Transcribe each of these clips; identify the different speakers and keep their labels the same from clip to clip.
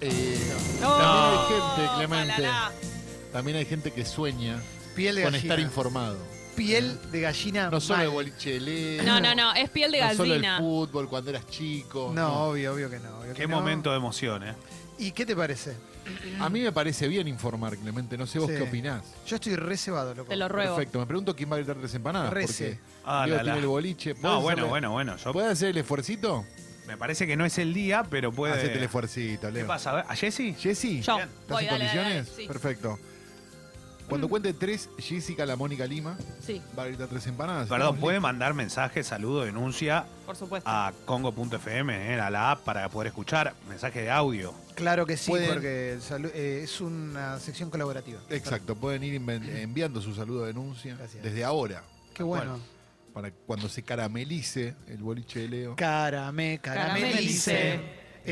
Speaker 1: eh,
Speaker 2: No,
Speaker 1: también hay gente, Clemente,
Speaker 2: ojalá.
Speaker 1: también hay gente que sueña
Speaker 3: Piel de
Speaker 1: con estar
Speaker 3: gallina.
Speaker 1: informado.
Speaker 3: Piel de gallina.
Speaker 1: No solo
Speaker 3: mal.
Speaker 1: el bolichelé.
Speaker 2: No, no, no, es piel de
Speaker 1: No solo el
Speaker 2: gallina.
Speaker 1: fútbol cuando eras chico.
Speaker 3: No, obvio, obvio que no. obvio que
Speaker 4: Qué
Speaker 3: no.
Speaker 4: momento de emoción, ¿eh?
Speaker 3: ¿Y qué te parece?
Speaker 1: A mí me parece bien informar, Clemente. No sé vos
Speaker 3: Sí.
Speaker 1: qué opinás.
Speaker 3: Yo estoy recebado, loco.
Speaker 2: Te lo ruego.
Speaker 1: Perfecto. Me pregunto quién va a gritar las empanadas.
Speaker 3: Rece.
Speaker 1: Porque
Speaker 4: Ah,
Speaker 1: Diego
Speaker 4: la, la.
Speaker 1: tiene el boliche.
Speaker 4: No,
Speaker 1: ¿Podés
Speaker 4: bueno,
Speaker 1: hacerle-
Speaker 4: bueno, bueno. Yo,
Speaker 1: ¿Podés hacer el esfuercito?
Speaker 4: me parece que no es el día, pero puede.
Speaker 1: Hacete el esfuercito, Leo.
Speaker 4: ¿Qué pasa? A ver, ¿A Jessy?
Speaker 1: Jessy,
Speaker 2: Yo.
Speaker 1: ¿estás
Speaker 2: Voy,
Speaker 1: en
Speaker 2: dale, dale,
Speaker 1: condiciones?
Speaker 2: dale, sí. Mm.
Speaker 1: Perfecto. Cuando cuente tres, Jessica, la Mónica Lima,
Speaker 2: Sí,
Speaker 1: va a gritar tres empanadas.
Speaker 4: Perdón,
Speaker 1: Estamos
Speaker 4: puede
Speaker 1: listos.
Speaker 4: mandar mensaje, saludo, denuncia
Speaker 2: por supuesto.
Speaker 4: a congo.fm, eh, a la app, para poder escuchar mensaje de audio.
Speaker 3: Claro que sí,
Speaker 1: Pueden-
Speaker 3: porque el salu- eh, es una sección colaborativa.
Speaker 1: Exacto, pueden ir inven- enviando su saludo de denuncia
Speaker 3: Gracias.
Speaker 1: desde ahora,
Speaker 3: Qué bueno.
Speaker 1: para cuando se caramelice el boliche de Leo.
Speaker 3: Carame, caramelice.
Speaker 2: Caramelice.
Speaker 3: El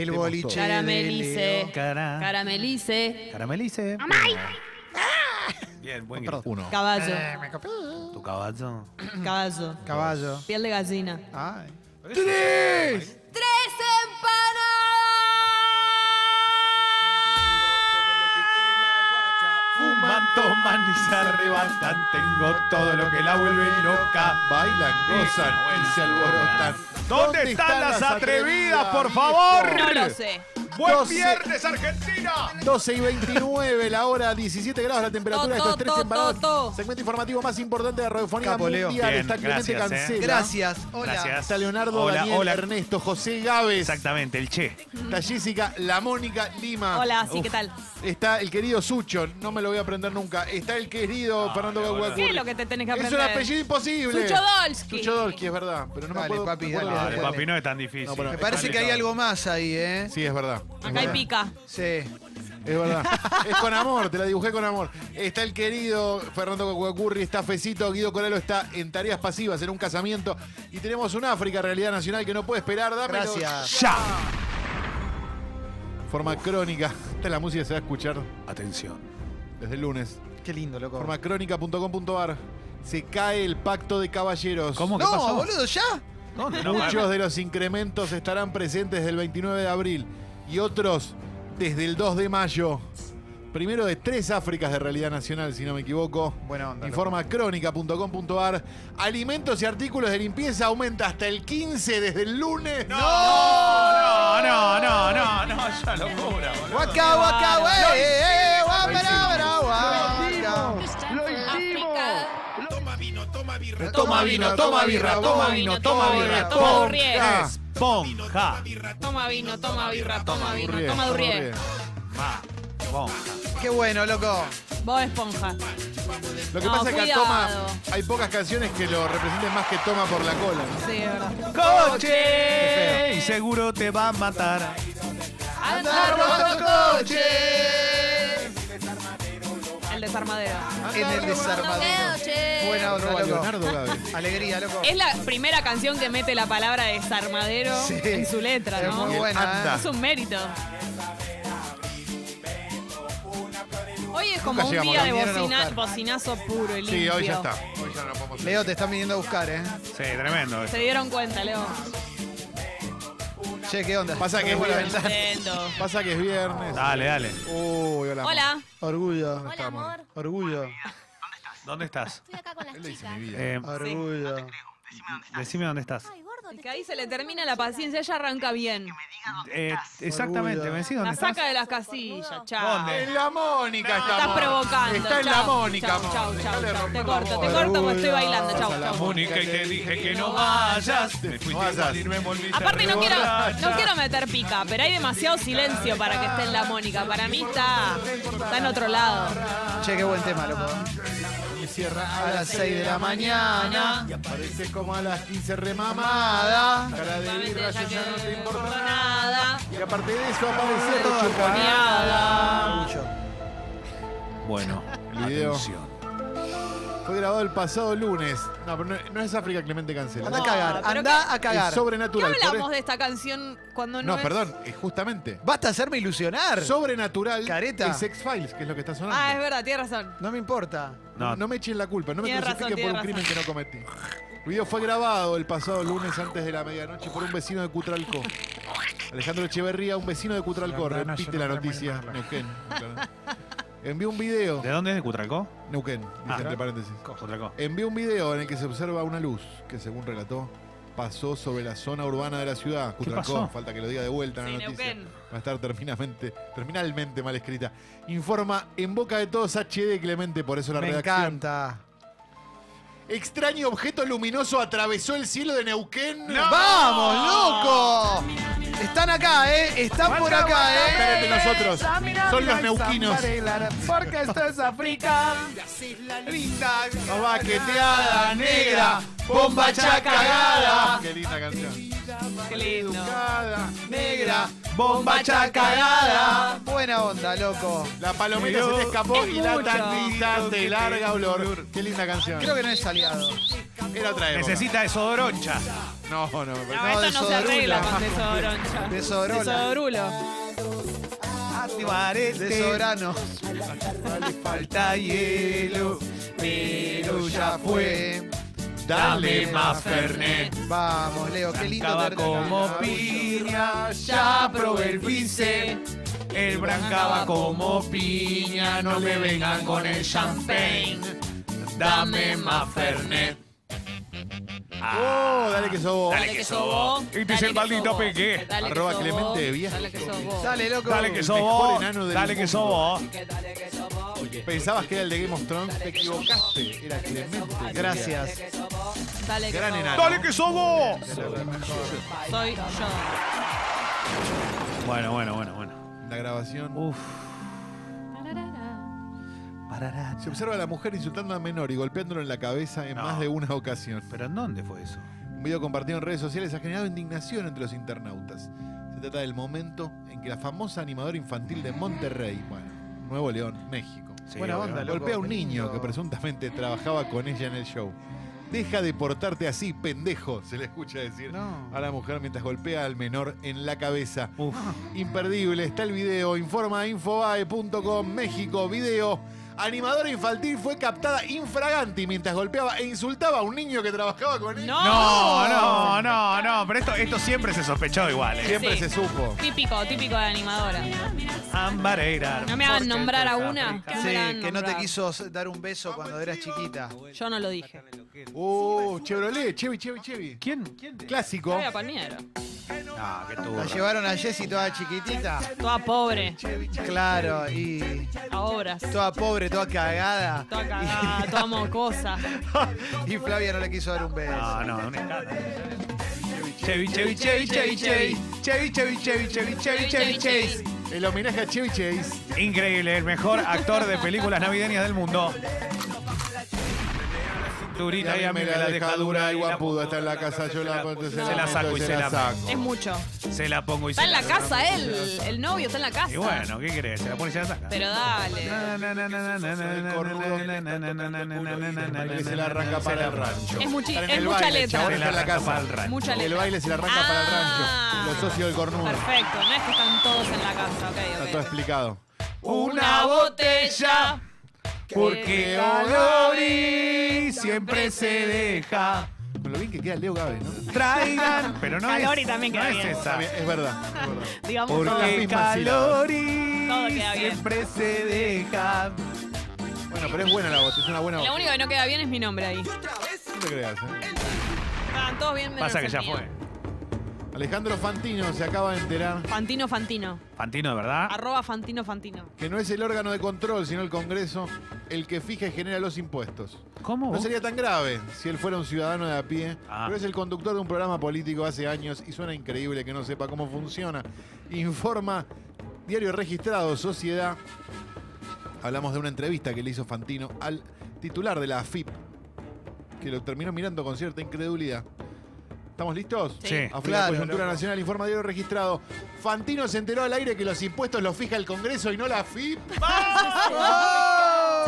Speaker 1: Estemos
Speaker 3: boliche.
Speaker 1: todos.
Speaker 2: Caramelice.
Speaker 3: de Leo.
Speaker 4: Cara.
Speaker 2: Caramelice,
Speaker 4: Caramelice. Bien,
Speaker 1: Oh,
Speaker 4: buen grito.
Speaker 1: Uno.
Speaker 2: caballo,
Speaker 3: Eh, me copé.
Speaker 4: Tu caballo.
Speaker 2: caballo,
Speaker 3: Caballo.
Speaker 2: piel de gallina.
Speaker 3: Ay.
Speaker 1: ¡Tres!
Speaker 2: ¡Tres empanadas!
Speaker 4: Fuman, toman y se arrebatan. Tengo todo lo que la vuelve loca.
Speaker 1: Bailan, gozan y se alborotan.
Speaker 4: ¿Dónde están las atrevidas, por favor?
Speaker 2: No lo sé.
Speaker 4: ¡Buen
Speaker 1: Doce.
Speaker 4: viernes, Argentina!
Speaker 1: 12 y 29, la hora 17 grados, la temperatura de
Speaker 2: To, to,
Speaker 1: estas tres
Speaker 2: to,
Speaker 1: empanadas.
Speaker 2: to, to.
Speaker 1: Segmento informativo más importante de la radiofonía
Speaker 3: Capo, Leo.
Speaker 1: mundial.
Speaker 4: Bien,
Speaker 1: está Clemente
Speaker 4: gracias, eh.
Speaker 1: Cancela.
Speaker 3: Gracias. Hola.
Speaker 4: Gracias.
Speaker 1: Está Leonardo,
Speaker 4: Hola,
Speaker 1: Daniel,
Speaker 4: hola.
Speaker 1: Ernesto, José Gávez.
Speaker 4: Exactamente, el Che.
Speaker 1: Está Jessica, la Mónica Lima.
Speaker 2: Hola, sí,
Speaker 1: Ah. Uf.
Speaker 2: ¿qué tal?
Speaker 1: Está el querido Sucho, no me lo voy a aprender nunca. Está el querido
Speaker 4: Ah,
Speaker 1: Fernando
Speaker 4: qué bueno.
Speaker 1: Gaguacurri.
Speaker 2: ¿Qué es lo que te tenés que
Speaker 1: Es
Speaker 2: aprender?
Speaker 1: un apellido imposible.
Speaker 2: Suchodolski.
Speaker 1: Suchodolski, es verdad. Pero no me
Speaker 3: Dale,
Speaker 1: acuerdo.
Speaker 3: papi,
Speaker 1: me acuerdo
Speaker 3: dale,
Speaker 1: que-
Speaker 4: Dale, papi, no es tan difícil.
Speaker 1: No, pero-
Speaker 3: Me parece que hay algo más ahí, ¿eh?
Speaker 1: Sí, es verdad. es
Speaker 2: Acá hay
Speaker 1: verdad.
Speaker 2: pica.
Speaker 3: Sí.
Speaker 1: Es verdad. es con amor, te la dibujé con amor. Está el querido Fernando Guacurri, está Fecito, Guido Coralo está en tareas pasivas, en un casamiento. Y tenemos un África, realidad nacional, que no puede esperar. Dámelo.
Speaker 3: Gracias.
Speaker 4: ¡Ya!
Speaker 1: Forma crónica. Esta es la música que se va a escuchar
Speaker 4: Atención.
Speaker 1: desde el lunes.
Speaker 3: Qué lindo, loco.
Speaker 1: Formacrónica.com.ar. Se cae el pacto de caballeros.
Speaker 4: ¿Cómo? ¿Qué
Speaker 3: No,
Speaker 4: pasó?
Speaker 3: boludo, ya.
Speaker 4: ¿Dónde? No,
Speaker 1: Muchos
Speaker 4: para-
Speaker 1: de los incrementos estarán presentes del 29 de abril y otros desde el 2 de mayo. Primero de tres Áfricas de realidad nacional, si no me equivoco.
Speaker 3: Buena onda. loco.
Speaker 1: Informa crónica.com.ar. Alimentos y artículos de limpieza aumenta hasta el 15 desde el lunes.
Speaker 4: No, no, no, no, no, no, ya locura, boludo.
Speaker 3: Waka, waka, wey. eh, guapara, bra, guaca.
Speaker 5: ¡Lo hicimos!
Speaker 6: Toma vino, toma birra.
Speaker 4: Toma vino, toma birra, toma vino, toma
Speaker 2: toma
Speaker 4: birra, toma
Speaker 2: birriel.
Speaker 4: Esponja.
Speaker 2: Toma vino, toma birra, toma vino,
Speaker 1: Durrié,
Speaker 2: toma durrié.
Speaker 4: Va, vamos.
Speaker 3: Qué bueno, loco.
Speaker 2: Vos esponja.
Speaker 1: Lo que
Speaker 2: No,
Speaker 1: pasa es que a
Speaker 2: cuidado.
Speaker 1: Toma hay pocas canciones que lo representen más que Toma por la cola.
Speaker 2: Sí, es verdad.
Speaker 4: Coche. Y seguro te va a matar.
Speaker 2: Andar robando
Speaker 3: coches.
Speaker 2: el desarmadero.
Speaker 3: En el desarmadero. Buena
Speaker 1: Arroba
Speaker 3: onda, loco.
Speaker 1: Leonardo Gávez.
Speaker 3: Alegría, loco.
Speaker 2: Es la primera canción que mete la palabra desarmadero
Speaker 3: Sí.
Speaker 2: en su letra,
Speaker 3: Es
Speaker 2: ¿no?
Speaker 3: muy
Speaker 1: Y el
Speaker 3: buena.
Speaker 1: anda.
Speaker 3: ¿eh?
Speaker 2: Es un mérito. Hoy es como
Speaker 1: Nunca
Speaker 2: un
Speaker 1: llegamos,
Speaker 2: día
Speaker 1: la
Speaker 2: de
Speaker 3: vinieron a
Speaker 2: bocina-
Speaker 3: buscar.
Speaker 2: bocinazo puro y limpio.
Speaker 1: Sí, hoy ya está. Hoy ya no lo podemos hacer.
Speaker 3: Leo, te están viniendo a buscar, ¿eh?
Speaker 4: Sí, tremendo.
Speaker 2: Se dieron cuenta, Leo.
Speaker 3: Che, ¿qué onda?
Speaker 1: Pasa que es
Speaker 3: Muy buena
Speaker 1: viernes.
Speaker 3: ventana.
Speaker 2: Lindo.
Speaker 1: Pasa que es viernes.
Speaker 4: Dale, dale.
Speaker 1: Uy, hola.
Speaker 2: Hola.
Speaker 3: Orgullo.
Speaker 5: Hola, amor.
Speaker 3: Orgullo.
Speaker 4: ¿Dómo estás?
Speaker 5: Estoy acá con las
Speaker 1: Él le dice
Speaker 5: chicas.
Speaker 1: mi vida.
Speaker 4: Eh,
Speaker 3: Orgullo.
Speaker 4: decime dónde estás.
Speaker 5: Ay, gordo, te
Speaker 2: Que
Speaker 5: estoy
Speaker 2: ahí se le
Speaker 5: diciendo
Speaker 2: termina
Speaker 5: con
Speaker 2: la
Speaker 5: las
Speaker 2: paciencia, ella arranca bien.
Speaker 4: Eh, exactamente,
Speaker 3: Orgullo.
Speaker 4: me decís dónde
Speaker 2: La saca
Speaker 4: estás.
Speaker 2: de las casillas, chao.
Speaker 4: ¿Dónde?
Speaker 1: En la Mónica
Speaker 4: No.
Speaker 1: estamos.
Speaker 2: Estás provocando.
Speaker 1: Está en
Speaker 2: chau,
Speaker 1: la Mónica,
Speaker 2: chau,
Speaker 1: amor.
Speaker 2: chau, chau,
Speaker 1: Dejale
Speaker 2: chau.
Speaker 1: romper
Speaker 2: Te
Speaker 1: la
Speaker 2: corto, te
Speaker 1: bola.
Speaker 2: corto porque estoy bailando, chau,
Speaker 1: Pasa la
Speaker 2: chau.
Speaker 1: Mónica y te
Speaker 4: dije
Speaker 2: que no vayas.
Speaker 4: Te fuiste
Speaker 1: No vayas.
Speaker 4: igual y me volviste
Speaker 2: Aparte no quiero,
Speaker 4: reborracha.
Speaker 2: no quiero meter pica, pero hay demasiado silencio para que esté en la Mónica. Para mí está, está en otro lado.
Speaker 3: Che, qué buen tema, loco.
Speaker 1: Y cierra
Speaker 3: A las 6 de la mañana.
Speaker 1: Y aparece como a las 15 remamada.
Speaker 3: Amada.
Speaker 1: Cara de birra, yo ya no te importa nada.
Speaker 2: nada.
Speaker 1: Y aparte de eso aparece
Speaker 3: Toda
Speaker 2: Nada.
Speaker 3: Orgullo.
Speaker 4: Bueno,
Speaker 1: El video.
Speaker 4: atención.
Speaker 1: Fue grabado el pasado lunes. No, pero no, no es África Clemente Cancela.
Speaker 3: Anda
Speaker 2: No,
Speaker 3: a cagar,
Speaker 2: pero
Speaker 3: anda a cagar.
Speaker 1: Es
Speaker 2: ¿Qué
Speaker 1: sobrenatural. por
Speaker 2: hablamos
Speaker 1: eso-
Speaker 2: de esta canción cuando no,
Speaker 1: No,
Speaker 2: es-
Speaker 1: perdón, es justamente.
Speaker 3: Basta hacerme ilusionar.
Speaker 1: Sobrenatural
Speaker 3: Careta.
Speaker 1: es Sex Files, que es lo que está sonando.
Speaker 2: Ah, es verdad, tienes razón.
Speaker 3: No me importa.
Speaker 1: No,
Speaker 4: No,
Speaker 1: no me echen la culpa, no me
Speaker 2: Tiene
Speaker 1: crucifiquen por un
Speaker 2: razón, tiene
Speaker 1: crimen que no cometí. El video fue grabado el pasado lunes antes de la medianoche por un vecino de Cutralco. Alejandro Echeverría, un vecino de Cutralcor,
Speaker 4: Campana,
Speaker 1: repite
Speaker 4: yo no
Speaker 1: la
Speaker 4: te
Speaker 1: noticia.
Speaker 4: acuerdo.
Speaker 1: Neuquén. claro. Envió un video.
Speaker 4: ¿De dónde es? ¿De Cutralcó?
Speaker 1: Neuquén, dice
Speaker 4: Ah.
Speaker 1: entre paréntesis.
Speaker 4: Cutralcó.
Speaker 1: Envió un video en el que se observa una luz que, según relató, pasó sobre la zona urbana de la ciudad. Cutralcó,
Speaker 4: pasó?
Speaker 1: falta que lo diga de vuelta en
Speaker 2: Sí,
Speaker 1: la noticia.
Speaker 2: Neuquén.
Speaker 1: Va a estar terminamente, terminalmente mal escrita. Informa en boca de todos HD Clemente, por eso la
Speaker 3: Me
Speaker 1: redacción.
Speaker 3: encanta.
Speaker 1: Extraño objeto luminoso atravesó el cielo de Neuquén.
Speaker 3: ¡Vamos, loco! Están acá, ¿eh? Están por acá, ¿eh?
Speaker 1: Espérate, nosotros. Son los neuquinos.
Speaker 3: Porque esto es África. Linda.
Speaker 1: Baqueteada negra, bomba chacagada. Qué linda canción.
Speaker 2: Qué lindo.
Speaker 3: Negra.
Speaker 4: Bomba
Speaker 3: chacagada. Buena onda, loco.
Speaker 1: La palomita se te escapó
Speaker 2: Es
Speaker 1: y la
Speaker 2: mucho.
Speaker 1: tandita te larga olor. Qué linda canción.
Speaker 3: Creo que no es aliado.
Speaker 1: Era otra época.
Speaker 4: Necesita desodoroncha.
Speaker 1: No, no, me parece.
Speaker 2: No, esto no se
Speaker 3: desodorula.
Speaker 2: arregla con desodoroncha.
Speaker 3: Desodorula.
Speaker 2: Desodorulo.
Speaker 3: Desorano.
Speaker 4: este Falta hielo.
Speaker 3: Pero ya fue.
Speaker 1: Dale más
Speaker 2: Fernet.
Speaker 3: Vamos, Leo, qué lindo
Speaker 4: Brancaba
Speaker 3: verte.
Speaker 4: como piña, ya probé el pincel. El brancaba como piña, no me vengan con el champagne. Dame más Fernet. Ah,
Speaker 1: Oh, dale que sobo.
Speaker 2: Dale que sobó.
Speaker 4: Y dice el maldito Peque.
Speaker 1: Arroba Clemente de Vía.
Speaker 2: Dale que sobó.
Speaker 3: Dale, loco.
Speaker 4: Dale que
Speaker 1: mejor
Speaker 4: sobo,
Speaker 1: enano del
Speaker 4: dale que
Speaker 1: mundo.
Speaker 4: sobo.
Speaker 2: Dale que sobó.
Speaker 1: Pensabas que era el de Game of Thrones, te equivocaste. Era Clemente.
Speaker 3: Gracias.
Speaker 2: Dale que
Speaker 1: Gran
Speaker 2: sobó.
Speaker 1: enano.
Speaker 4: Dale que sobo.
Speaker 2: Soy yo.
Speaker 4: Bueno, bueno, bueno, bueno.
Speaker 1: La grabación.
Speaker 4: Uf.
Speaker 1: Se observa a la mujer insultando a menor y golpeándolo en la cabeza en
Speaker 4: No.
Speaker 1: más de una ocasión.
Speaker 4: ¿Pero en dónde fue eso?
Speaker 1: Un video compartido en redes sociales ha generado indignación entre los internautas. Se trata del momento en que la famosa animadora infantil de Monterrey, bueno, Nuevo León, México,
Speaker 3: Buena
Speaker 4: obvio,
Speaker 3: onda,
Speaker 4: obvio.
Speaker 3: loco.
Speaker 1: golpea a un
Speaker 3: qué
Speaker 1: niño
Speaker 3: lindo.
Speaker 1: que presuntamente trabajaba con ella en el show. Deja de portarte así, pendejo, se le escucha decir
Speaker 3: No.
Speaker 1: a la mujer mientras golpea al menor en la cabeza.
Speaker 4: Uf.
Speaker 1: Imperdible, está el video. Informa infobae.com, México, video. Animadora infantil fue captada infraganti mientras golpeaba e insultaba a un niño que trabajaba con él.
Speaker 2: No.
Speaker 4: No, no, no, no, pero esto, esto siempre se sospechó igual. ¿eh?
Speaker 1: Siempre
Speaker 2: Sí.
Speaker 1: se supo.
Speaker 2: Típico, típico de animadora.
Speaker 4: Ambareira.
Speaker 2: No me hagan nombrar a una.
Speaker 3: Sí, que no te quiso dar un beso cuando eras chiquita.
Speaker 2: Yo no lo dije.
Speaker 1: Uh, Chevrolet, Chevy, Chevy, Chevy.
Speaker 4: ¿Quién? ¿Quién?
Speaker 1: Clásico.
Speaker 2: Flavia Palmiero.
Speaker 4: No, que
Speaker 3: La llevaron a Jessie toda chiquitita.
Speaker 2: Toda pobre,
Speaker 3: Claro, y
Speaker 2: a obras.
Speaker 3: toda pobre, toda cagada.
Speaker 2: Toda cagada, toda mocosa.
Speaker 3: Y Flavia no le quiso dar un beso.
Speaker 4: No, no, un escándalo. Chevy, Chevy, Chevy, Chevy, Chevy. Chevy, Chevy, Chevy, Chevy, Chevy, Chevy, Chevy.
Speaker 1: El homenaje a Chevy Chase.
Speaker 4: Increíble, el mejor actor de películas navideñas del mundo. Turita y a mí me la deja dura y
Speaker 1: guapuda
Speaker 4: guapuda.
Speaker 1: está en la casa, yo la
Speaker 4: Se la saco y se la
Speaker 2: Es mucho.
Speaker 4: Se la pongo y
Speaker 2: Está
Speaker 4: se
Speaker 2: en la casa él, el novio está en la casa.
Speaker 4: Y bueno, ¿qué crees? Se la pone y se la saca.
Speaker 2: Pero dale.
Speaker 1: Porque
Speaker 4: Porque
Speaker 1: se la arranca para el rancho.
Speaker 2: Es muchi-
Speaker 1: Está en
Speaker 2: es
Speaker 1: el
Speaker 2: mucha
Speaker 1: baile, el
Speaker 2: letra.
Speaker 1: chabón está
Speaker 4: Se la
Speaker 1: en la
Speaker 4: arranca para el
Speaker 1: casa.
Speaker 4: rancho.
Speaker 2: Mucha
Speaker 1: El
Speaker 2: letra.
Speaker 1: baile se la arranca para el
Speaker 2: Ah.
Speaker 1: rancho. Los socios del cornudo. Está
Speaker 2: Perfecto, no es que están todos en la casa,
Speaker 1: todo
Speaker 2: ok, ok.
Speaker 1: explicado.
Speaker 4: Una botella, porque Calori siempre se deja.
Speaker 1: Con lo bien que queda Leo Gabe, ¿no?
Speaker 4: Traigan, pero no
Speaker 2: Calori
Speaker 4: es,
Speaker 2: también
Speaker 4: no
Speaker 2: queda
Speaker 4: es
Speaker 2: bien.
Speaker 4: esa.
Speaker 1: Es verdad. es verdad.
Speaker 2: Digamos
Speaker 1: Por-
Speaker 2: todo.
Speaker 1: las
Speaker 4: Porque
Speaker 1: mismas
Speaker 4: Calori
Speaker 2: Todo queda bien.
Speaker 4: siempre se deja.
Speaker 1: Bueno, pero es buena la voz, es una buena voz.
Speaker 2: Lo único que no queda bien es mi nombre ahí.
Speaker 1: No te creas, ¿eh?
Speaker 2: Estaban todos bien menos
Speaker 4: Pasa que
Speaker 2: el
Speaker 4: ya
Speaker 2: mío.
Speaker 4: fue.
Speaker 1: Alejandro Fantino se acaba de enterar
Speaker 2: Fantino Fantino.
Speaker 4: Fantino, de verdad.
Speaker 2: Arroba Fantino Fantino.
Speaker 1: que no es el órgano de control, sino el Congreso, el que fija y genera los impuestos.
Speaker 4: ¿Cómo?
Speaker 1: No sería tan grave si él fuera un ciudadano de a pie,
Speaker 4: Ah.
Speaker 1: pero es el conductor de un programa político hace años y suena increíble que no sepa cómo funciona. Informa Diario Registrado, Sociedad. Hablamos de una entrevista que le hizo Fantino al titular de la AFIP, que lo terminó mirando con cierta incredulidad. ¿Estamos listos?
Speaker 2: Sí.
Speaker 4: Sí.
Speaker 1: A fin de
Speaker 3: Claro,
Speaker 1: coyuntura
Speaker 3: loco.
Speaker 1: nacional, informa diario registrado. Fantino se enteró al aire que los impuestos los fija el Congreso y no la FIP.
Speaker 3: ¡Oh!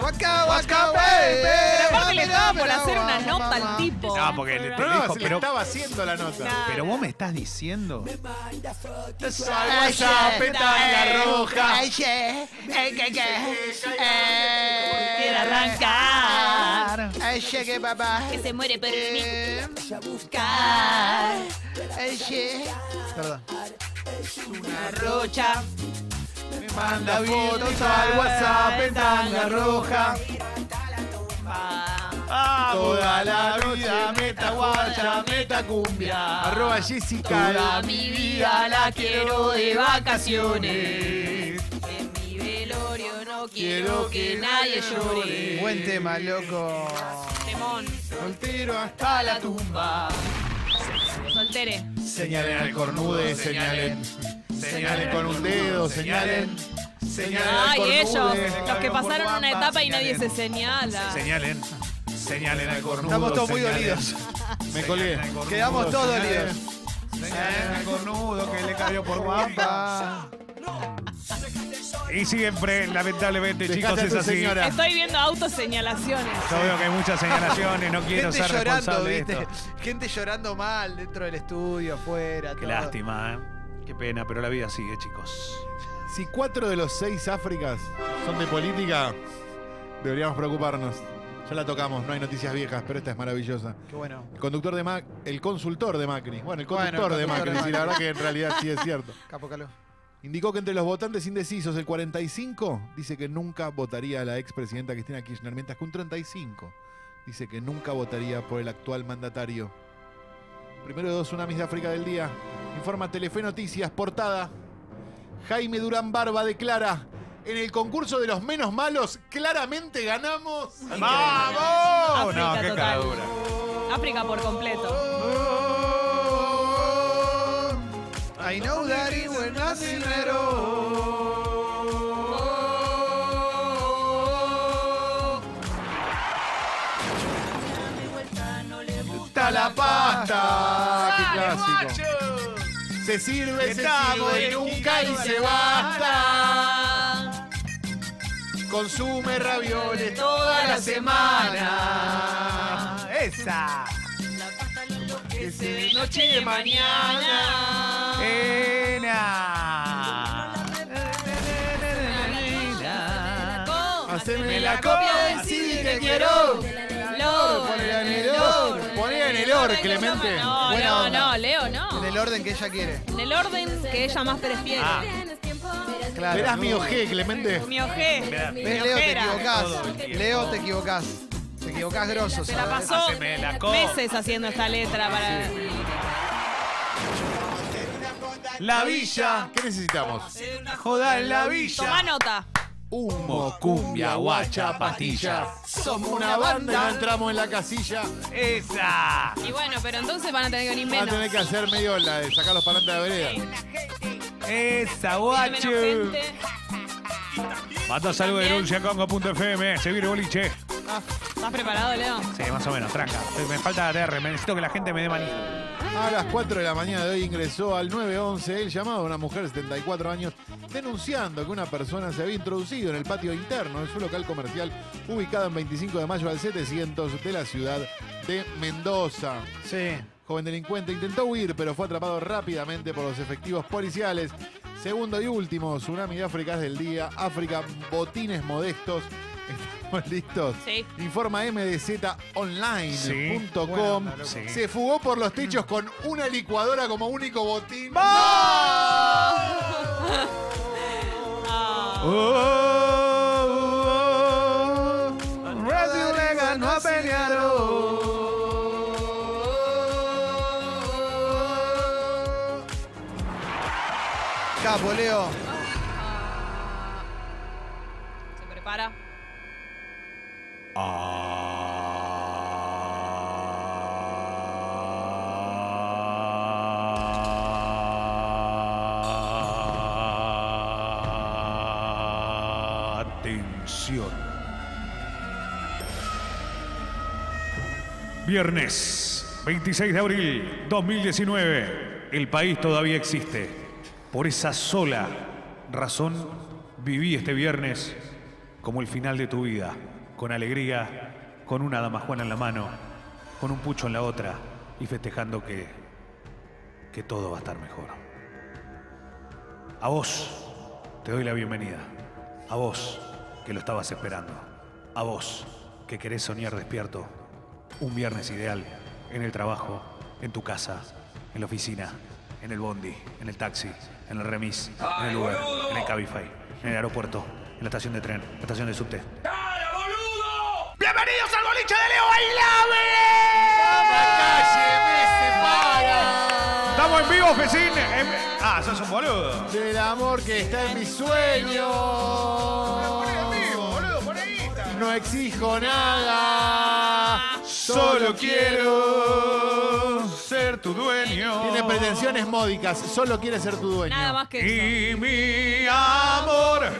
Speaker 3: Waka, waka,
Speaker 2: Pero aparte
Speaker 3: baby.
Speaker 2: le estaba por hacer una nota al
Speaker 3: mamá.
Speaker 2: tipo.
Speaker 4: No, porque le,
Speaker 1: No, no,
Speaker 4: dijo,
Speaker 1: se le
Speaker 4: pero,
Speaker 1: estaba haciendo la nota.
Speaker 4: pero vos me estás diciendo.
Speaker 1: Salva esa pétala roja.
Speaker 3: Ay, che, ay, que, que, eh,
Speaker 2: Quiere arrancar.
Speaker 3: Ay, che, que papá.
Speaker 2: Que se muere por mí.
Speaker 3: Eh,
Speaker 2: buscar.
Speaker 3: Ella
Speaker 1: Perdón.
Speaker 2: Una rocha.
Speaker 4: Me manda fotos al WhatsApp en tanga roja.
Speaker 2: pa.
Speaker 4: Ah,
Speaker 1: Toda
Speaker 4: toda
Speaker 1: la
Speaker 4: la vida, meta guacha, meta cumbia.
Speaker 3: Ah,
Speaker 1: Arroba
Speaker 4: Toda
Speaker 1: Jessica.
Speaker 4: mi vida la quiero de vacaciones.
Speaker 2: En mi velorio no quiero que nadie llore.
Speaker 3: Buen tema, loco.
Speaker 2: Temón.
Speaker 1: Soltero hasta.
Speaker 4: A la tumba.
Speaker 2: Soltere.
Speaker 1: Señalen al cornude, señalen. Señalen con un dedo, señalen. Señalen al
Speaker 2: Ay,
Speaker 1: cornude.
Speaker 2: ellos. Los
Speaker 1: señalen
Speaker 2: que
Speaker 1: con
Speaker 2: pasaron una
Speaker 1: guampa,
Speaker 2: etapa y nadie se
Speaker 1: señalen.
Speaker 2: señala.
Speaker 4: Señalen, señalen al cornudo.
Speaker 3: Estamos todos muy
Speaker 4: señalen.
Speaker 3: dolidos.
Speaker 1: Me colgué.
Speaker 3: Quedamos todos
Speaker 1: señalen.
Speaker 3: dolidos.
Speaker 4: Señalen al cornudo que le cayó por guampa.
Speaker 3: Pa.
Speaker 4: Y siempre, lamentablemente,
Speaker 1: Dejaste
Speaker 4: chicos,
Speaker 1: a
Speaker 4: es
Speaker 1: tu
Speaker 4: así.
Speaker 1: señora.
Speaker 2: Estoy viendo autoseñalaciones.
Speaker 4: Yo veo que hay muchas señalaciones, no quiero ser
Speaker 3: Gente llorando,
Speaker 4: responsable de
Speaker 3: viste.
Speaker 4: esto.
Speaker 3: Gente llorando mal dentro del estudio, afuera.
Speaker 4: Qué
Speaker 3: todo.
Speaker 4: lástima, ¿eh? Qué pena, pero la vida sigue, chicos.
Speaker 1: Si cuatro de los seis Áfricas son de política, deberíamos preocuparnos. Ya la tocamos, no hay noticias viejas, pero esta es maravillosa.
Speaker 3: Qué bueno.
Speaker 1: El conductor de Mac, el consultor de Macri. Bueno, el
Speaker 3: Bueno, el
Speaker 1: conductor de
Speaker 3: conductor
Speaker 1: Macri,
Speaker 3: de
Speaker 1: sí, la verdad que en realidad sí es cierto.
Speaker 3: Capo Caló.
Speaker 1: Indicó que entre los votantes indecisos, el 45 dice que nunca votaría a la expresidenta Cristina Kirchner, mientras que un 35 dice que nunca votaría por el actual mandatario. Primero de dos tsunamis de África del día. Informa Telefe Noticias, portada. Jaime Durán Barba declara, en el concurso de los menos malos, claramente ganamos.
Speaker 4: ¡Vamos!
Speaker 2: África
Speaker 4: No, qué
Speaker 2: total.
Speaker 4: caradura.
Speaker 2: África por completo.
Speaker 3: I know that it was nothing at all.
Speaker 1: Está la pasta. ¡Qué clásico! Se sirve, se
Speaker 4: Estamos
Speaker 1: sirve,
Speaker 4: en un
Speaker 1: nunca y se
Speaker 4: gigante.
Speaker 1: basta. Consume ravioles toda la semana.
Speaker 4: ¡Esa!
Speaker 1: Es de noche y de mañana.
Speaker 4: ¡Ena!
Speaker 1: Haceme
Speaker 2: Haceme
Speaker 1: la
Speaker 2: copia
Speaker 1: copia
Speaker 2: del
Speaker 1: del
Speaker 2: CD
Speaker 1: que
Speaker 2: que
Speaker 1: quiero.
Speaker 2: quiero.
Speaker 1: Ponela en el or, ponela en el or, Clemente.
Speaker 2: No,
Speaker 3: Buena
Speaker 2: no,
Speaker 3: onda.
Speaker 2: no, Leo, no.
Speaker 3: En el orden que ella quiere.
Speaker 2: En el orden que ella más prefiere.
Speaker 4: Ah,
Speaker 3: Claro.
Speaker 1: Verás mi OG, Clemente.
Speaker 2: Mi ojé.
Speaker 4: mirá,
Speaker 2: Mi
Speaker 3: Ves, Leo, te
Speaker 2: ojera.
Speaker 4: Todo el
Speaker 3: equivocás.
Speaker 4: tiempo.
Speaker 3: Leo, te equivocás. Te equivocás grosso.
Speaker 2: Se la
Speaker 3: ¿sabes?
Speaker 2: pasó
Speaker 4: Haceme la co-
Speaker 2: meses haciendo esta letra para.
Speaker 4: La villa.
Speaker 1: ¿Qué necesitamos?
Speaker 4: Joda en la villa.
Speaker 2: Toma nota.
Speaker 1: Humo,
Speaker 4: cumbia, guacha, pastilla.
Speaker 1: Somos una banda. No entramos en la casilla.
Speaker 4: ¡Esa!
Speaker 2: Y bueno, pero entonces van a tener que venir
Speaker 1: Va a tener
Speaker 2: menos.
Speaker 1: que hacer medio la de sacar los parlantes de la vereda.
Speaker 4: ¡Esa,
Speaker 2: Menos
Speaker 4: guacho!
Speaker 2: gente.
Speaker 4: Manda saludos de luciacongo.fm. Se viene eh, boliche.
Speaker 2: ¿Estás preparado, Leo?
Speaker 4: Sí, más o menos, tranca. Me falta ATR. Me necesito que la gente me dé manija.
Speaker 1: A las 4 de la mañana de hoy ingresó al 911 el llamado de una mujer de 74 años denunciando que una persona se había introducido en el patio interno de su local comercial ubicado en 25 de mayo al 700 de la ciudad de Mendoza.
Speaker 3: Sí.
Speaker 1: Joven delincuente intentó huir, pero fue atrapado rápidamente por los efectivos policiales. Segundo y último, Tsunami de África es del día. África, botines modestos. ¿Estamos listos?
Speaker 2: Sí.
Speaker 1: Informa
Speaker 4: Sí.
Speaker 1: mdzonline.com.
Speaker 4: Bueno, sí.
Speaker 1: Se fugó por los techos con una licuadora como único botín.
Speaker 2: Ah.
Speaker 4: Oh,
Speaker 3: Racing le ganó a Capo, Leo.
Speaker 2: Se prepara.
Speaker 4: Atención. Viernes 26 de abril 2019. El país todavía existe. Por esa sola razón viví este viernes como el final de tu vida, con alegría, con una damajuana en la mano, con un pucho en la otra y festejando que que todo va a estar mejor. A vos te doy la bienvenida. A vos que lo estabas esperando. A vos que querés soñar despierto. Un viernes ideal en el trabajo, en tu casa, en en la oficina, en el bondi, en el taxi, en el remis, en el Uber, en el Cabify, en el aeropuerto, en la estación de tren, la estación de subte. ¡Bienvenidos al boliche de Leo Bailable! Estamos en vivo, oficina. en- Ah, sos un boludo.
Speaker 1: Del amor que está en mis sueños.
Speaker 6: boludo, por ahí está.
Speaker 1: No exijo nada.
Speaker 4: Solo quiero ser tu dueño.
Speaker 1: Tiene pretensiones módicas, solo quiere ser tu dueño.
Speaker 2: Nada más que eso.
Speaker 4: Y mi amor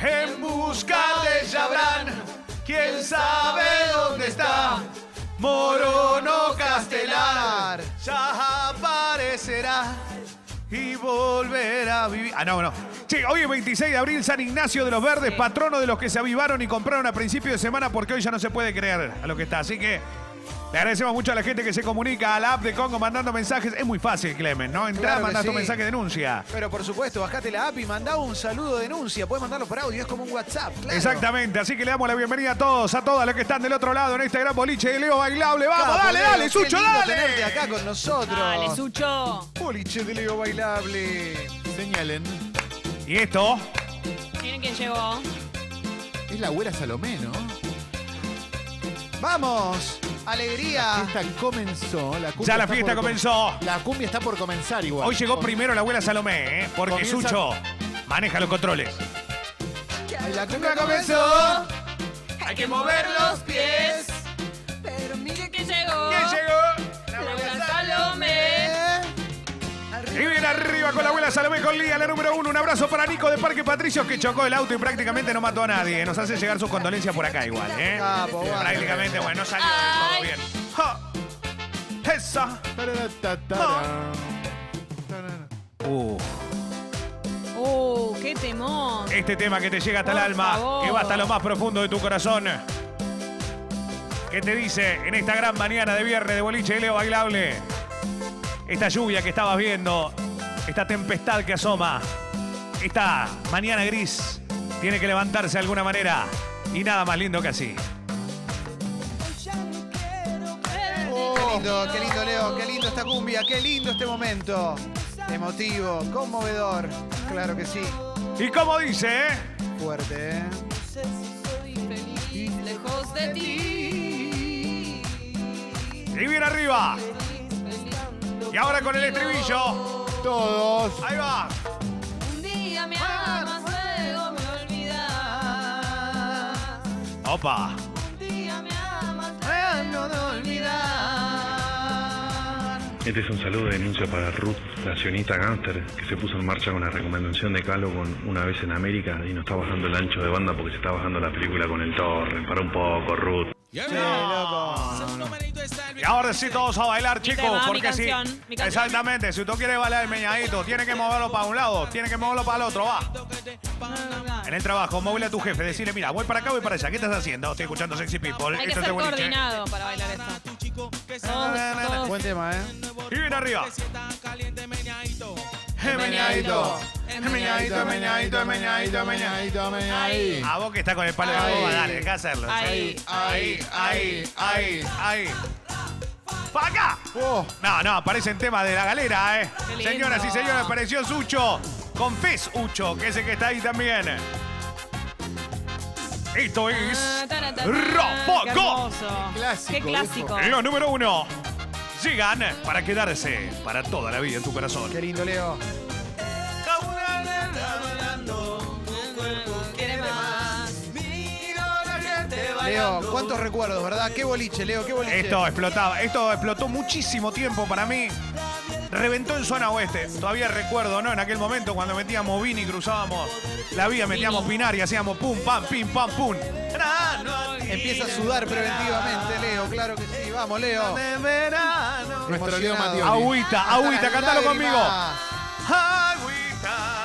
Speaker 4: en busca de Chabrán, quién sabe dónde está. Morono Castelar ya aparecerá y volverá a vivir. Ah, no, no. Che, hoy es 26 de abril, San Ignacio de los Verdes, patrono de los que se avivaron y compraron a principio de semana porque hoy ya no se puede creer a lo que está. Así que le agradecemos mucho a la gente que se comunica a la app de Congo mandando mensajes. Es muy fácil, Clemen, ¿no? Entrá,
Speaker 3: Claro que
Speaker 4: mandás tu
Speaker 3: sí.
Speaker 4: mensaje de denuncia.
Speaker 3: Pero por supuesto, bajate la app y mandá un saludo de denuncia. Puedes mandarlo por audio, es como un WhatsApp, claro.
Speaker 4: Exactamente, así que le damos la bienvenida a todos, a todas los que están del otro lado en este gran boliche de Leo Bailable. Vamos,
Speaker 3: Capo,
Speaker 4: dale,
Speaker 3: Leo,
Speaker 4: dale,
Speaker 3: qué
Speaker 4: Sucho,
Speaker 3: lindo
Speaker 4: dale.
Speaker 3: tenerte acá con nosotros.
Speaker 2: Dale, Sucho.
Speaker 3: Boliche de Leo Bailable.
Speaker 1: Señalen.
Speaker 4: Y esto,
Speaker 2: Miren quién llegó.
Speaker 1: Es la abuela Salomé, ¿no?
Speaker 3: Vamos, alegría.
Speaker 1: Esta comenzó. La cumbia
Speaker 4: ya la
Speaker 1: está
Speaker 4: fiesta
Speaker 1: por com-
Speaker 4: comenzó.
Speaker 1: La cumbia está por comenzar igual.
Speaker 4: Hoy llegó
Speaker 1: Con-
Speaker 4: primero la abuela Salomé, ¿eh? porque
Speaker 1: Comienza-
Speaker 4: Sucho maneja los controles.
Speaker 3: Ay,
Speaker 4: cumbia
Speaker 3: La cumbia
Speaker 4: comenzó.
Speaker 3: comenzó.
Speaker 2: Hay que mover los pies. Pero mire que llegó.
Speaker 4: ¿Quién llegó? La
Speaker 2: Abuela Salomé.
Speaker 4: Y bien arriba con la abuela Salomé con Lía, la número uno. Un abrazo para Nico de Parque Patricios que chocó el auto y prácticamente no mató a nadie. Nos hace llegar sus condolencias por acá igual, ¿eh?
Speaker 3: Capo, bueno.
Speaker 4: Prácticamente, bueno, no salió del todo
Speaker 2: Ay.
Speaker 4: bien. Ja. ¡Esa!
Speaker 1: Tararatatara. Tarara.
Speaker 4: Uh,
Speaker 2: Uh, qué temor.
Speaker 4: este tema que te llega hasta el
Speaker 2: Por
Speaker 4: alma,
Speaker 2: favor.
Speaker 4: que va hasta lo más profundo de tu corazón. Que te dice en esta gran mañana de viernes de boliche de Leo Bailable. Esta lluvia que estabas viendo, esta tempestad que asoma, esta mañana gris, tiene que levantarse de alguna manera. Y nada más lindo que así.
Speaker 3: Oh, qué lindo, qué lindo, Leo. Qué lindo esta cumbia. Qué lindo este momento. Emotivo, conmovedor. Claro que sí.
Speaker 4: Y como dice, ¿eh?
Speaker 3: Fuerte, ¿eh?
Speaker 2: Soy feliz lejos de ti.
Speaker 4: y bien arriba. Y ahora con el estribillo.
Speaker 1: Todos.
Speaker 4: Ahí va.
Speaker 2: Un día me amas, luego me olvidas.
Speaker 4: Opa.
Speaker 2: Un día me amas,
Speaker 3: No de olvidar.
Speaker 5: Este es un saludo de denuncia para Ruth, la sionista gánster, que se puso en marcha con la recomendación de Calo con Una vez en América y nos está bajando el ancho de banda porque se está bajando la película con el Torre. Para un poco, Ruth.
Speaker 3: Sí, loco.
Speaker 4: Y ahora sí todos a bailar, chicos,
Speaker 2: tema, mi
Speaker 4: porque sí.
Speaker 2: canción, mi canción.
Speaker 4: Exactamente, si usted quiere bailar el meñadito, tiene que moverlo para un lado, tiene que moverlo para el otro, va. En el trabajo, móvil a tu jefe, decirle, mira, voy para acá, voy para allá, ¿qué estás haciendo? Estoy escuchando Sexy People,
Speaker 2: Hay que
Speaker 4: esto
Speaker 2: ser
Speaker 4: es de boliche.
Speaker 2: coordinado para bailar esto. Todos, todos.
Speaker 3: Buen tema, ¿eh?
Speaker 4: Y bien arriba.
Speaker 1: Meñadito.
Speaker 4: meñadito, meñadito, meñadito, meñadito.
Speaker 1: meñadito, meñadito.
Speaker 4: A vos que está con el palo de
Speaker 1: Ay.
Speaker 4: boba, dale, deja hacerlo.
Speaker 2: Ay,
Speaker 4: ahí, ahí, ahí, ahí. ¡Para acá!
Speaker 1: Oh,
Speaker 4: No, no, aparecen temas de la galera, ¿eh?
Speaker 2: Qué lindo.
Speaker 4: Señoras y señores, apareció Sucho. Con Fez Ucho, que es el que está ahí también. Esto es
Speaker 2: Ah, tarata, Qué
Speaker 4: Roboco.
Speaker 2: hermoso.
Speaker 1: Clásico,
Speaker 2: Qué clásico.
Speaker 4: Los número uno. Llegan para quedarse para toda la vida en tu corazón.
Speaker 3: Qué lindo, Leo.
Speaker 2: Quiere más.
Speaker 3: Leo, cuántos recuerdos, ¿verdad? Qué boliche, Leo, qué boliche.
Speaker 4: Esto explotaba, esto explotó muchísimo tiempo para mí. Reventó en zona oeste. Todavía recuerdo, ¿no? En aquel momento cuando metíamos Vini, cruzábamos la vía, metíamos Pinar y hacíamos pum, pam, pim, pam, pum.
Speaker 3: Empieza a sudar preventivamente, Leo, claro que sí. Vamos, Leo.
Speaker 1: nuestro Leo Ah,
Speaker 3: Emocionado.
Speaker 1: Matioli.
Speaker 4: Agüita, agüita, cantalo conmigo.
Speaker 3: Lágrimas.
Speaker 4: Agüita.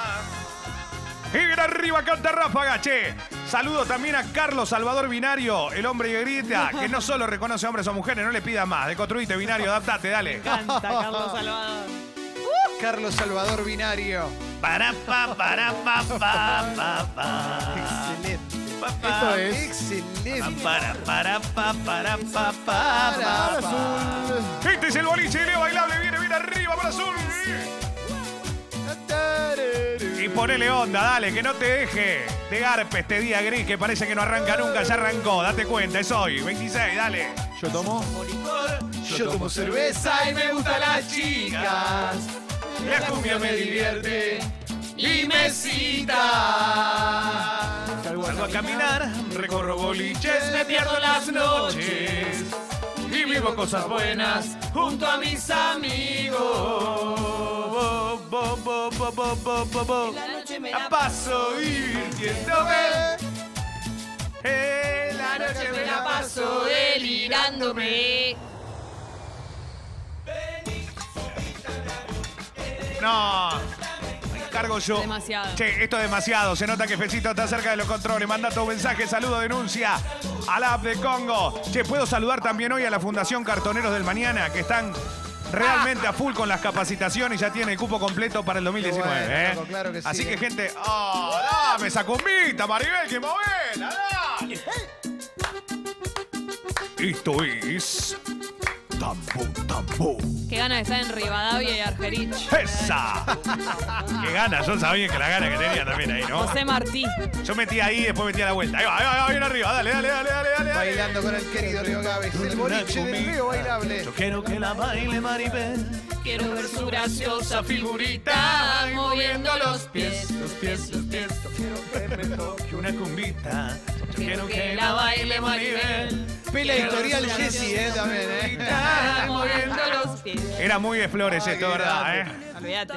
Speaker 4: Y bien arriba canta Ráfaga, che. Saludo también a Carlos Salvador Binario, el hombre que grita, que no solo reconoce a hombres o mujeres, no le pida más. Deconstruite, Binario, adaptate, dale.
Speaker 2: Canta Carlos Salvador.
Speaker 3: Carlos Salvador Binario.
Speaker 4: Para, pa, para, pa, pa, pa, pa.
Speaker 3: Excelente.
Speaker 4: Pa,
Speaker 1: Esto
Speaker 4: pa.
Speaker 1: es-
Speaker 4: Pa,
Speaker 3: Excelente.
Speaker 4: Para, para, pa, para, pa, pa, pa.
Speaker 3: Para,
Speaker 1: Azul.
Speaker 4: Este es el boliche, Leo Bailable, viene bien
Speaker 6: arriba para azul.
Speaker 4: Y ponele onda, dale, que no te deje. Te garpe este día gris que parece que no arranca nunca. Ya arrancó, date cuenta, es hoy. 26, dale.
Speaker 1: Yo tomo.
Speaker 3: Yo tomo cerveza y me gustan las chicas.
Speaker 4: La cumbia me
Speaker 3: divierte
Speaker 2: y me
Speaker 3: cita.
Speaker 4: Salgo a caminar, recorro boliches, me
Speaker 3: pierdo las noches
Speaker 4: y vivo cosas buenas junto a mis amigos.
Speaker 2: La noche me
Speaker 4: A
Speaker 2: da
Speaker 4: paso divirtiéndome. Eh, la noche me la paso delirándome.
Speaker 2: delirándome.
Speaker 4: No. me Cargo yo.
Speaker 2: Demasiado.
Speaker 4: Che, esto es demasiado. Se nota que Fecito está cerca de los controles. Manda tu mensaje, saludo, denuncia a la app de Congo. Che, puedo saludar también hoy a la Fundación Cartoneros del Mañana, que están realmente a full con las capacitaciones. Ya tiene el cupo completo para el 2019.
Speaker 3: Qué bueno,
Speaker 4: ¿eh?
Speaker 3: loco, claro que sí,
Speaker 4: Así que,
Speaker 3: eh.
Speaker 4: gente, ¡oh, dame sacumbita, Maribel, que movela, dale! Esto es. Tambo, tambo.
Speaker 2: Qué ganas de estar en Rivadavia y Argerich.
Speaker 4: ¡Esa! ¡Qué ganas! Yo sabía que la gana que tenía también ahí, ¿no?
Speaker 2: José Martí.
Speaker 4: Yo metí ahí y después metí a la vuelta. Ahí va, ahí va, ahí va, bien arriba. Dale, dale, dale, dale, dale. dale.
Speaker 3: Bailando con el querido Río Gávez, el boliche del Río Bailable.
Speaker 4: Yo quiero que la baile Maribel.
Speaker 2: Quiero ver su graciosa figurita moviendo los pies, los pies, los pies.
Speaker 4: Que una cumbita. Yo
Speaker 2: Quiero que la baile Maribel.
Speaker 3: Pela editorial Jessy, eh, también, eh.
Speaker 2: moviendo los pies.
Speaker 4: Era muy de flores
Speaker 3: Ay,
Speaker 4: esto,
Speaker 3: qué
Speaker 4: ¿verdad? ¿eh?
Speaker 3: grande.
Speaker 2: Olvídate.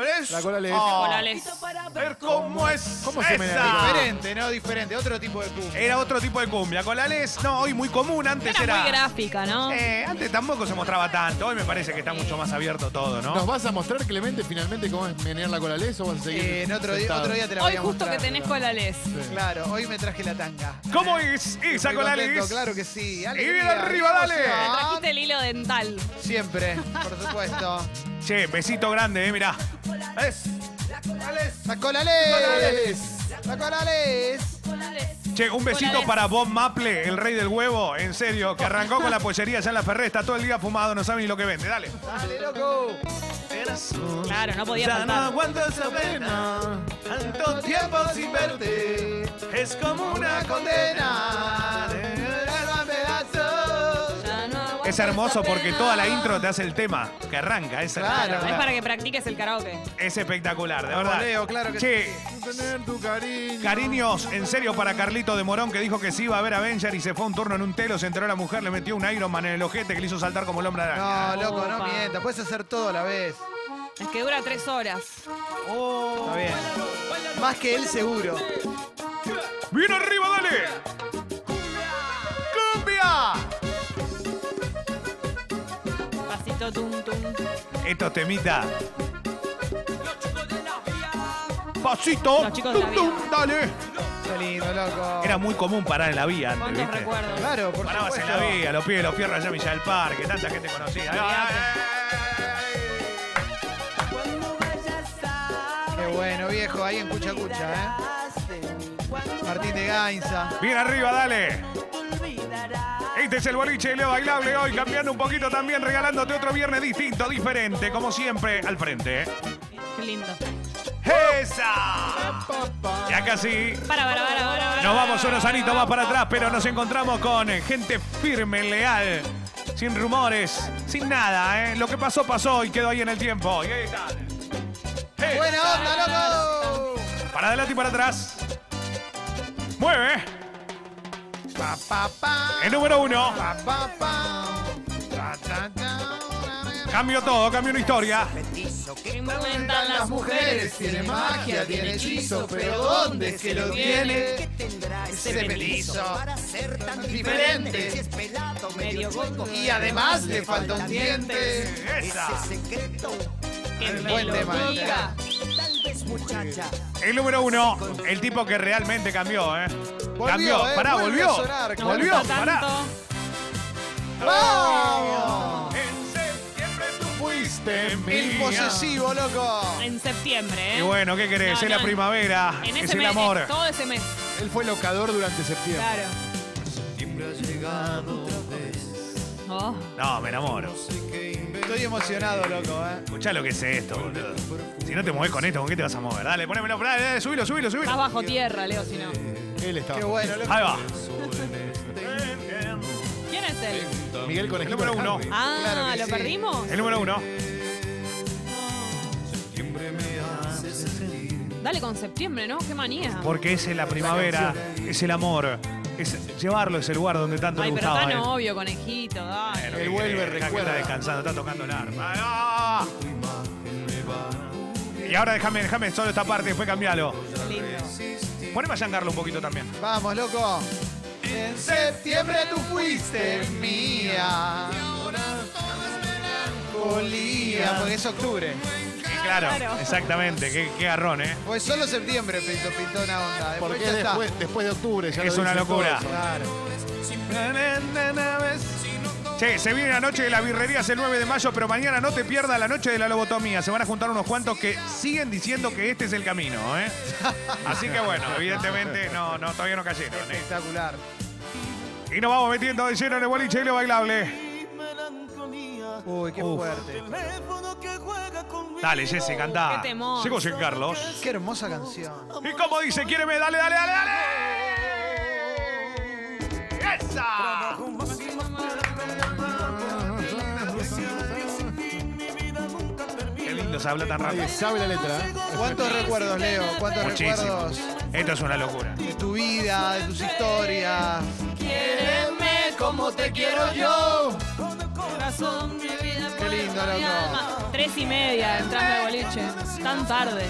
Speaker 4: ¿Ves?
Speaker 1: La cola le-
Speaker 4: Oh,
Speaker 2: Hola, Alex.
Speaker 4: ver cómo es
Speaker 1: ¿Cómo se me
Speaker 4: esa.
Speaker 3: Diferente, ¿no? Diferente, otro tipo de cumbia.
Speaker 4: Era otro tipo de cumbia. Colales, no, hoy muy común. Antes
Speaker 2: Era muy
Speaker 4: era.
Speaker 2: gráfica, ¿no?
Speaker 4: Eh, antes tampoco se mostraba tanto. Hoy me parece que está mucho más abierto todo,
Speaker 1: ¿Nos
Speaker 4: ¿no?
Speaker 1: vas a mostrar, Clemente, finalmente cómo es menear la cola lesa o vas a seguir?
Speaker 3: Eh, en otro día,
Speaker 1: sentado?
Speaker 3: otro día te la voy
Speaker 2: Hoy
Speaker 3: a
Speaker 2: justo
Speaker 3: mostrar.
Speaker 2: que tenés con la Les.
Speaker 3: Claro, hoy me traje la tanga.
Speaker 4: ¿Cómo es esa
Speaker 3: Estoy contento,
Speaker 4: Colales?
Speaker 3: Claro que sí. eh,
Speaker 4: Y viene arriba, dale.
Speaker 3: emoción.
Speaker 2: Trajiste el hilo dental.
Speaker 3: Siempre, por supuesto.
Speaker 4: Che, besito grande, eh, mirá. Es-
Speaker 3: ¡Sacó la les! ¡Sacó la les!
Speaker 4: Che, un besito
Speaker 2: Colales.
Speaker 4: para Bob Maple, el rey del huevo, en serio, que arrancó con la pollería allá en la Ferré, está todo el día fumado, no sabe ni lo que vende, dale.
Speaker 3: ¡Dale, loco!
Speaker 2: Claro, no podía faltar.
Speaker 4: aguanto esa pena, tanto tiempo sin verte, es como
Speaker 3: ¡Una condena! ¡Alma pedazos!
Speaker 2: Ya no aguanto
Speaker 4: Es hermoso
Speaker 2: esta
Speaker 4: porque
Speaker 2: pena.
Speaker 4: toda la intro te hace el tema, que arranca, es
Speaker 3: Claro.
Speaker 2: Es para que practiques el karaoke.
Speaker 4: Es espectacular, de
Speaker 3: Vamos,
Speaker 4: verdad.
Speaker 3: Leo, claro que
Speaker 4: che,
Speaker 1: Tener tu cariño.
Speaker 4: Cariños, en serio para Carlito de Morón que dijo que sí iba a ver Avenger y se fue a un turno en un telo, se entró la mujer, le metió un Iron Man en el ojete que le hizo saltar como el hombre araña.
Speaker 3: No, loco, no
Speaker 2: Opa.
Speaker 3: mientas. Puedes hacer todo a la vez.
Speaker 2: Es que dura tres horas.
Speaker 3: Está bien. Más que él, seguro.
Speaker 4: ¡Bien arriba, dale! ¡Cumbia!
Speaker 2: Pasito tum tum.
Speaker 4: Esto temita. Pasito.
Speaker 2: Los chicos de la
Speaker 4: Tum, tum, dale.
Speaker 3: Qué lindo, loco.
Speaker 4: Era muy común parar en la vía antes,
Speaker 2: ¿Cuántos
Speaker 4: ¿viste? Ah.
Speaker 2: recuerdos?
Speaker 3: Claro, por
Speaker 4: Parabas en
Speaker 3: supuesto.
Speaker 4: la vía, los pies, los fierros allá en Villa del Parque, tanta gente conocida.
Speaker 3: Qué bueno, viejo. Ahí en Cucha Cucha, ¿eh? Martín de Gainza.
Speaker 4: Bien arriba, dale. Este es el boliche de Leo Bailable hoy, cambiando un poquito también, regalándote otro viernes distinto, diferente, como siempre, al frente. ¿eh?
Speaker 2: Qué lindo.
Speaker 4: ¡Esa! Ya casi
Speaker 2: Para, para, para, para. para.
Speaker 4: nos vamos unos anitos más para atrás, pero nos encontramos con gente firme, leal, sin rumores, sin nada. ¿eh? Lo que pasó, pasó y quedó ahí en el tiempo. Y ahí está. ¡Esa!
Speaker 3: ¡Buena onda, loco!
Speaker 4: Para adelante y para atrás. Mueve. ¿eh?
Speaker 3: Pa, pa, pa.
Speaker 4: El número uno.
Speaker 3: Pa, pa, pa. Ta, ta, ta.
Speaker 4: Cambio todo, cambio una historia.
Speaker 2: Que inventan las mujeres.
Speaker 3: tiene magia, tiene hechizo, pero ¿dónde se lo tiene? Ese petizo para ser tan diferente.
Speaker 2: Medio coco.
Speaker 4: eh.
Speaker 3: Y además le falta un diente.
Speaker 4: Esa.
Speaker 2: Que me
Speaker 3: Buen
Speaker 2: lo
Speaker 3: tema.
Speaker 2: diga.
Speaker 4: El número uno. El tipo que realmente cambió, ¿eh?
Speaker 3: Volvió,
Speaker 4: cambió.
Speaker 3: eh,
Speaker 4: Pará,
Speaker 3: vuelve
Speaker 4: volvió.
Speaker 3: a sonar,
Speaker 2: Nos
Speaker 4: volvió,
Speaker 2: gusta
Speaker 4: pará.
Speaker 2: tanto.
Speaker 3: ¡Vamos!
Speaker 4: En septiembre tú
Speaker 1: Este,
Speaker 4: fuiste
Speaker 3: El
Speaker 4: mía.
Speaker 3: posesivo, loco.
Speaker 2: En septiembre, ¿eh?
Speaker 4: Y bueno, ¿qué querés?
Speaker 2: No,
Speaker 4: es
Speaker 2: no,
Speaker 4: la primavera,
Speaker 2: En
Speaker 4: es
Speaker 2: ese
Speaker 4: el
Speaker 2: mes.
Speaker 4: amor.
Speaker 2: en Todo ese mes.
Speaker 1: Él fue locador durante septiembre.
Speaker 2: Claro. Oh,
Speaker 4: No, me enamoro.
Speaker 3: Estoy emocionado, loco, ¿eh?
Speaker 4: Escuchá lo que es esto, boludo. Si no te mueves con esto, ¿con qué te vas a mover? Dale, ponémelo, dale, dale, subilo, subilo,
Speaker 2: estás
Speaker 4: subilo.
Speaker 2: bajo tierra, Leo, si no.
Speaker 1: Él estaba.
Speaker 3: Qué bueno, loco.
Speaker 4: Ahí va.
Speaker 2: ¿Quién es él?
Speaker 1: Miguel
Speaker 4: El
Speaker 1: Conejito.
Speaker 4: número uno.
Speaker 2: Ah,
Speaker 3: Claro que
Speaker 2: ¿lo
Speaker 3: sí.
Speaker 2: perdimos?
Speaker 4: El número uno.
Speaker 2: Dale con septiembre, ¿no? Qué manía.
Speaker 4: Porque es la primavera, es el amor, es llevarlo a ese lugar donde tanto
Speaker 2: Ay,
Speaker 4: le
Speaker 2: pero
Speaker 4: gustaba.
Speaker 2: tan
Speaker 4: a él.
Speaker 2: obvio, conejito. dale.
Speaker 4: Bueno, ¿qué
Speaker 1: Él vuelve,
Speaker 4: querés? Dejá que
Speaker 1: recuerda.
Speaker 4: Está descansando, está tocando el arma. ¡Ah! Y ahora déjame, déjame solo esta parte, después cambialo.
Speaker 2: Lindo.
Speaker 4: Poneme a llangarlo un poquito también.
Speaker 3: Vamos, loco. En septiembre tú fuiste mía. Y ahora Porque es octubre.
Speaker 4: Sí, claro,
Speaker 2: Claro.
Speaker 4: exactamente. Qué, qué garrón, ¿eh?
Speaker 3: Pues solo septiembre pintó, pintó una onda. Después
Speaker 1: Porque
Speaker 3: ya
Speaker 1: es
Speaker 3: está.
Speaker 1: después, después de octubre. Ya lo
Speaker 4: Es una
Speaker 1: dicen
Speaker 4: locura.
Speaker 1: todos.
Speaker 4: Che, se viene la noche de las birrerías el 9 de mayo, pero mañana no te pierdas la noche de la lobotomía. Se van a juntar unos cuantos que siguen diciendo que este es el camino, ¿eh? Así que bueno, evidentemente no, no, todavía no cayeron. ¿eh?
Speaker 3: Espectacular.
Speaker 4: Y nos vamos metiendo de lleno en el boliche y lo bailable.
Speaker 3: Uy, qué
Speaker 4: Uf.
Speaker 3: fuerte.
Speaker 4: Dale, Jesse, cantá.
Speaker 2: Qué temor.
Speaker 4: Llegó Jean Carlos.
Speaker 3: Qué hermosa canción.
Speaker 4: Y como dice, quiéreme, dale, dale, dale, dale. ¡Esa! Qué lindo se habla tan rápido.
Speaker 1: Nadie sabe la letra. ¿eh?
Speaker 3: ¿Cuántos recuerdos, Leo? ¿Cuántos
Speaker 4: Muchísimo.
Speaker 3: recuerdos
Speaker 4: Esto es una locura.
Speaker 3: de tu vida, de tus historias?
Speaker 2: Quiéreme como te quiero yo. Corazón, mi vida,
Speaker 3: Qué lindo,
Speaker 2: mi
Speaker 3: loco.
Speaker 2: alma. Tres y media, entrando al boliche. Tan tarde.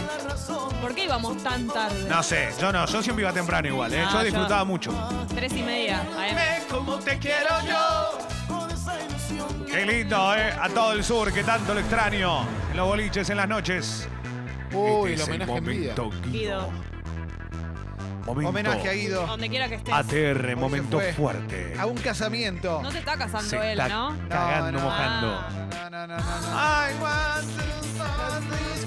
Speaker 2: ¿Por qué íbamos tan tarde?
Speaker 4: No sé, yo no, yo siempre iba temprano igual, ¿eh?
Speaker 2: Ah,
Speaker 4: yo
Speaker 2: yo-
Speaker 4: disfrutaba mucho.
Speaker 2: Tres y media. AM.
Speaker 4: como te quiero yo. Qué lindo, ¿eh? A todo el sur, que tanto lo extraño. En los boliches, en las noches.
Speaker 1: Uy,
Speaker 4: Este
Speaker 1: el
Speaker 4: es
Speaker 1: homenaje en vida.
Speaker 4: momento,
Speaker 2: Guido,
Speaker 4: Momento
Speaker 3: Homenaje a Guido.
Speaker 2: donde quiera que estés.
Speaker 4: ATR, momento
Speaker 3: fue.
Speaker 4: fuerte.
Speaker 3: A un casamiento.
Speaker 2: No te está casando
Speaker 4: Se
Speaker 2: él,
Speaker 4: está
Speaker 2: ¿no? Ah,
Speaker 4: cagando,
Speaker 3: No, no.
Speaker 4: mojando.
Speaker 3: No, no, no, no, no. I want to find this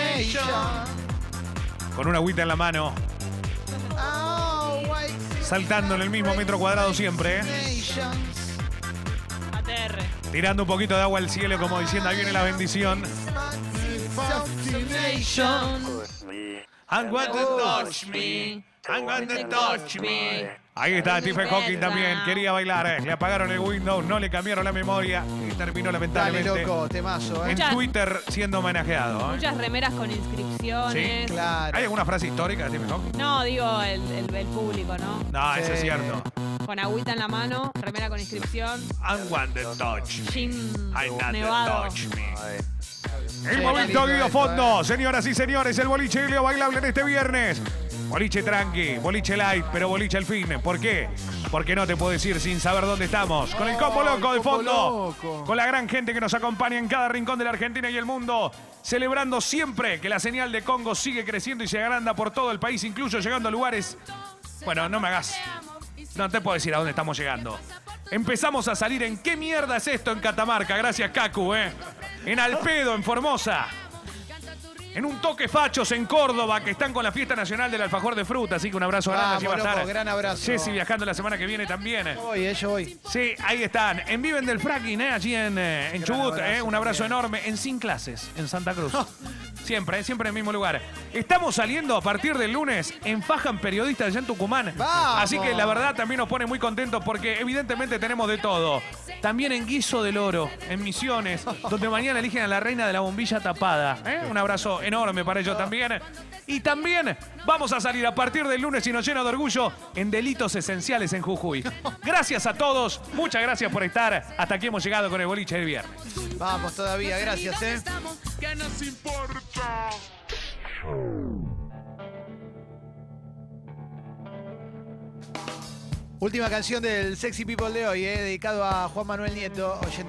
Speaker 3: fascination.
Speaker 4: Con una agüita en la mano,
Speaker 3: Oh, why-
Speaker 4: saltando en el mismo metro cuadrado siempre, ¿eh?
Speaker 3: Nations.
Speaker 2: ATR.
Speaker 4: tirando un poquito de agua al cielo como diciendo, ahí viene la bendición.
Speaker 3: Fascination.
Speaker 4: And what the touch
Speaker 2: me.
Speaker 4: And what the touch me. Ahí está Stephen Hawking también, quería bailar, ¿eh? le apagaron el Windows, no le cambiaron la memoria y terminó
Speaker 3: Dale,
Speaker 4: lamentablemente
Speaker 3: loco, temazo,
Speaker 4: en
Speaker 3: ¿eh?
Speaker 2: Escuchá.
Speaker 4: Twitter siendo homenajeado. ¿eh?
Speaker 2: Muchas remeras con inscripciones.
Speaker 3: Claro.
Speaker 4: ¿Hay alguna frase histórica de Stephen Hawking?
Speaker 2: No, digo el, el- el público, ¿no?
Speaker 4: No,
Speaker 3: Sí.
Speaker 4: eso es cierto.
Speaker 2: Con agüita en la mano, remera con inscripción.
Speaker 4: And what the touch me.
Speaker 2: Jean
Speaker 4: Ay, nada,
Speaker 2: nevado.
Speaker 4: touch me.
Speaker 3: Sí,
Speaker 4: El momento
Speaker 3: lindo
Speaker 4: Guido
Speaker 3: esto,
Speaker 4: Fondo, señoras y señores, el boliche Leo bailable en este viernes. Boliche tranqui, boliche light, pero boliche al fin. ¿Por qué? Porque no te puedo decir sin saber dónde estamos. Con el combo
Speaker 1: Oh, el
Speaker 4: loco de
Speaker 1: Combo
Speaker 4: fondo.
Speaker 1: Loco.
Speaker 4: Con la gran gente que nos acompaña en cada rincón de la Argentina y el mundo. Celebrando siempre que la señal de Congo sigue creciendo y se agranda por todo el país, incluso llegando a lugares bueno, no me hagas. No te puedo decir a dónde estamos llegando. Empezamos a salir en qué mierda es esto en Catamarca, gracias Cacu, ¿eh? En Alpedo, en Formosa. En un toque fachos en Córdoba, que están con la fiesta nacional del alfajor de fruta, así que un abrazo grande.
Speaker 3: Vamos,
Speaker 4: así va a
Speaker 3: loco,
Speaker 4: estar
Speaker 3: gran abrazo.
Speaker 4: Jessy viajando la semana que viene también.
Speaker 3: Yo voy, eh, yo voy.
Speaker 4: Sí, ahí están. En Viven del Fracking, ¿eh? allí en, eh, en Chubut.
Speaker 3: abrazo Ah.
Speaker 4: ¿eh? Un abrazo
Speaker 3: también.
Speaker 4: enorme. En Sin Clases, en Santa Cruz. Siempre, ¿eh? siempre en el mismo lugar. Estamos saliendo a partir del lunes en Fajan Periodistas allá en Tucumán.
Speaker 3: ¡Vamos!
Speaker 4: Así que la verdad también nos pone muy contentos porque evidentemente tenemos de todo. También en Guiso del Oro, en Misiones, donde mañana eligen a la reina de la bombilla tapada. ¿eh? Un abrazo enorme para ellos también. Y también vamos a salir a partir del lunes y nos llena de orgullo en Delitos Esenciales en Jujuy. Gracias a todos, muchas gracias por estar. Hasta aquí hemos llegado con el boliche del viernes.
Speaker 3: Vamos todavía, gracias, ¿eh? Última canción del Sexy People de hoy, eh, dedicado a Juan Manuel Nieto, oyente